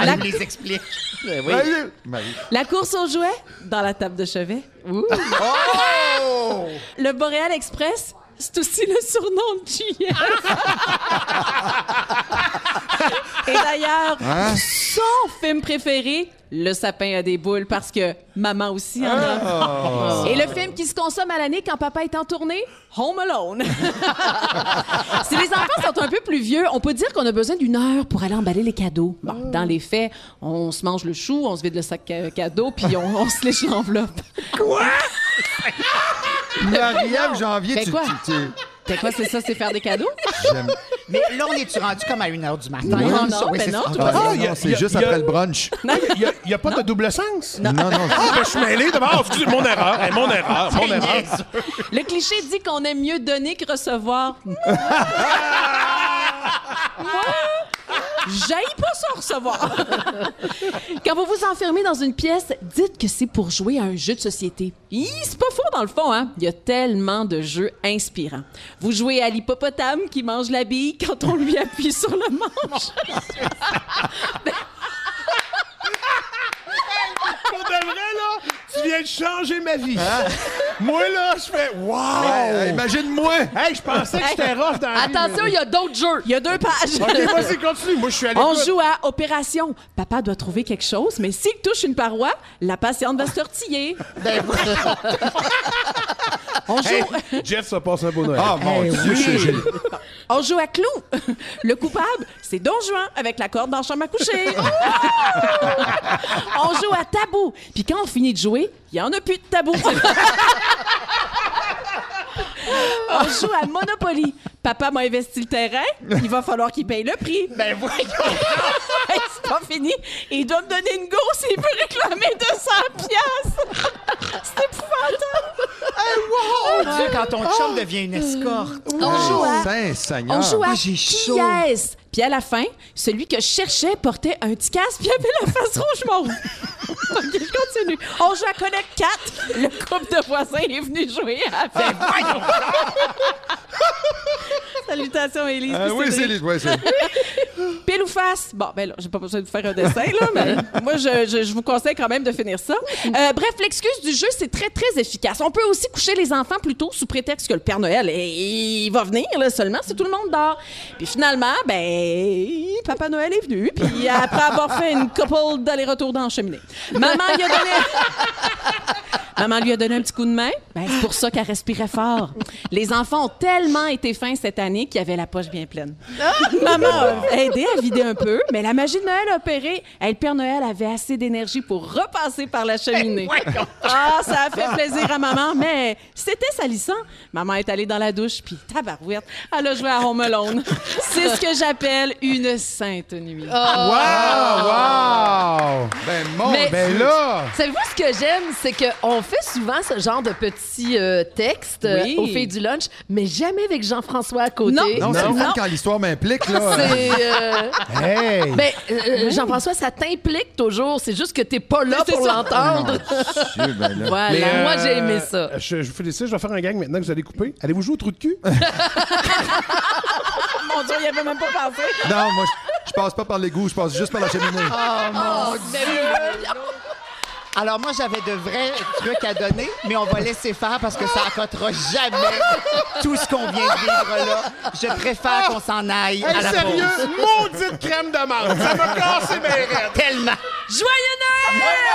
Elle nous les explique. Ben oui. Marie. La course aux jouets dans la table de chevet. Ouh. Oh! Le Boréal Express, c'est aussi le surnom de JS. Et d'ailleurs, Hein? son film préféré, Le sapin à des boules, parce que maman aussi en a. Oh. Et le film qui se consomme à l'année quand papa est en tournée, Home Alone. si les enfants sont un peu plus vieux, on peut dire qu'on a besoin d'une heure pour aller emballer les cadeaux. Bon, dans les faits, on se mange le chou, on se vide le sac à cadeau, puis on, on se lèche l'enveloppe. Quoi? Marie-Ève Janvier, Ben tu- quoi? tu- tu- Ben quoi, c'est ça, c'est faire des cadeaux? Mais là, on est-tu rendu comme à 1h du matin? Non, Ah, comme non, ça? ben c'est non, ça. tout va bien. Ah, il y a- il y a- il y a- brunch. Il n'y a, pas de double sens? Non, non. Ah, ben, je suis mêlé d'abord. Excusez, mon erreur. eh, mon erreur. Mon C'est erreur. Le cliché dit qu'on aime mieux donner que recevoir. Moi, j'aille pas ça recevoir. Quand vous vous enfermez dans une pièce, dites que c'est pour jouer à un jeu de société. Hi, C'est pas faux dans le fond, hein? Il y a tellement de jeux inspirants. Vous jouez à l'hippopotame qui mange la bille quand on lui appuie sur le manche. Pour de vrai, là, tu viens de changer ma vie. Moi, là, je fais wow! Ouais, imagine-moi! Hey, je pensais que j'étais rough dans la vie, Attention, mais- il y a d'autres jeux. Il y a deux pages. OK, vas-y, continue. Moi, je suis à l'écoute. On joue à Opération. Papa doit trouver quelque chose, mais s'il touche une paroi, la patiente va se tortiller. On joue. Hey, Jeff, ça passe un beau Noël. Ah, mon Eh Dieu, oui. je- je- On joue à Clou. Le coupable, c'est Don Juan avec la corde dans la chambre à coucher. on joue à Tabou. Puis quand on finit de jouer, il n'y en a plus de tabou. on joue à Monopoly. Papa m'a investi le terrain. Il va falloir qu'il paye le prix. Ben voyons! c'est pas fini. Il doit me donner une gourse s'il veut réclamer 200 piastres. c'est épouvantable. Oh, Dieu, quand ton chum devient une escorte. On joue à- Saint-Seigneur. On joue hein? à Ah, qui est-ce? Puis à la fin, celui que je cherchais portait un petit casque puis avait la face rouge mauve. OK, je continue. On joue à Connect 4. Le couple de voisins est venu jouer avec. Salutations, Élise. Ah puis oui, c'est Cédric. les. Ouais, c'est- Pile ou face? Bon, ben là, j'ai pas besoin de vous faire un dessin, là, mais moi, je, je- je vous conseille quand même de finir ça. Euh, bref, l'excuse du jeu, c'est très, très efficace. On peut aussi coucher les enfants plus tôt sous prétexte que le Père Noël, eh, il va venir, là, seulement si tout le monde dort. Puis finalement, ben, Papa Noël est venu, puis après avoir fait une couple d'allers-retours dans la cheminée. Maman lui a donné... Maman lui a donné un petit coup de main. Ben, c'est pour ça qu'elle respirait fort. Les enfants ont tellement été fins cette année qu'ils avaient la poche bien pleine. Maman a aidé à vider un peu, mais la magie de Noël a opéré. Elle, le Père Noël avait assez d'énergie pour repasser par la cheminée. Ah, ça a fait plaisir à maman, mais c'était salissant. Maman est allée dans la douche, puis tabarouette, elle a joué à Home Alone. C'est ce que j'appelle une sainte nuit. Wow! Wow! Ben, mon Mais- Ben là! Savez-vous ce que j'aime? C'est qu'on fait souvent ce genre de petits euh, textes euh, Oui. aux filles du lunch, mais jamais avec Jean-François à côté. Non, c'est le fun quand l'histoire m'implique, là. C'est, euh, Hey! Ben, euh, Jean-François, ça t'implique toujours. C'est juste que t'es pas là C'est pour ça. l'entendre. Dieu, ben là. voilà, Mais, euh, moi j'ai aimé ça. Je, je vous félicite, je vais faire un gang maintenant que vous allez couper. Allez-vous jouer au trou de cul? Mon Dieu, il avait même pas pensé. Non, moi, je- je passe pas par l'égout, je passe juste par la cheminée. Oh mon Oh, Dieu! Alors moi j'avais de vrais trucs à donner, mais on va laisser faire parce que ça accotera jamais tout ce qu'on vient de vivre là. Je préfère qu'on s'en aille Hey, à la sérieux, Ah! pause. maudite crème d'amande, ça m'a cassé mes rêves. Tellement. Joyeux Noël!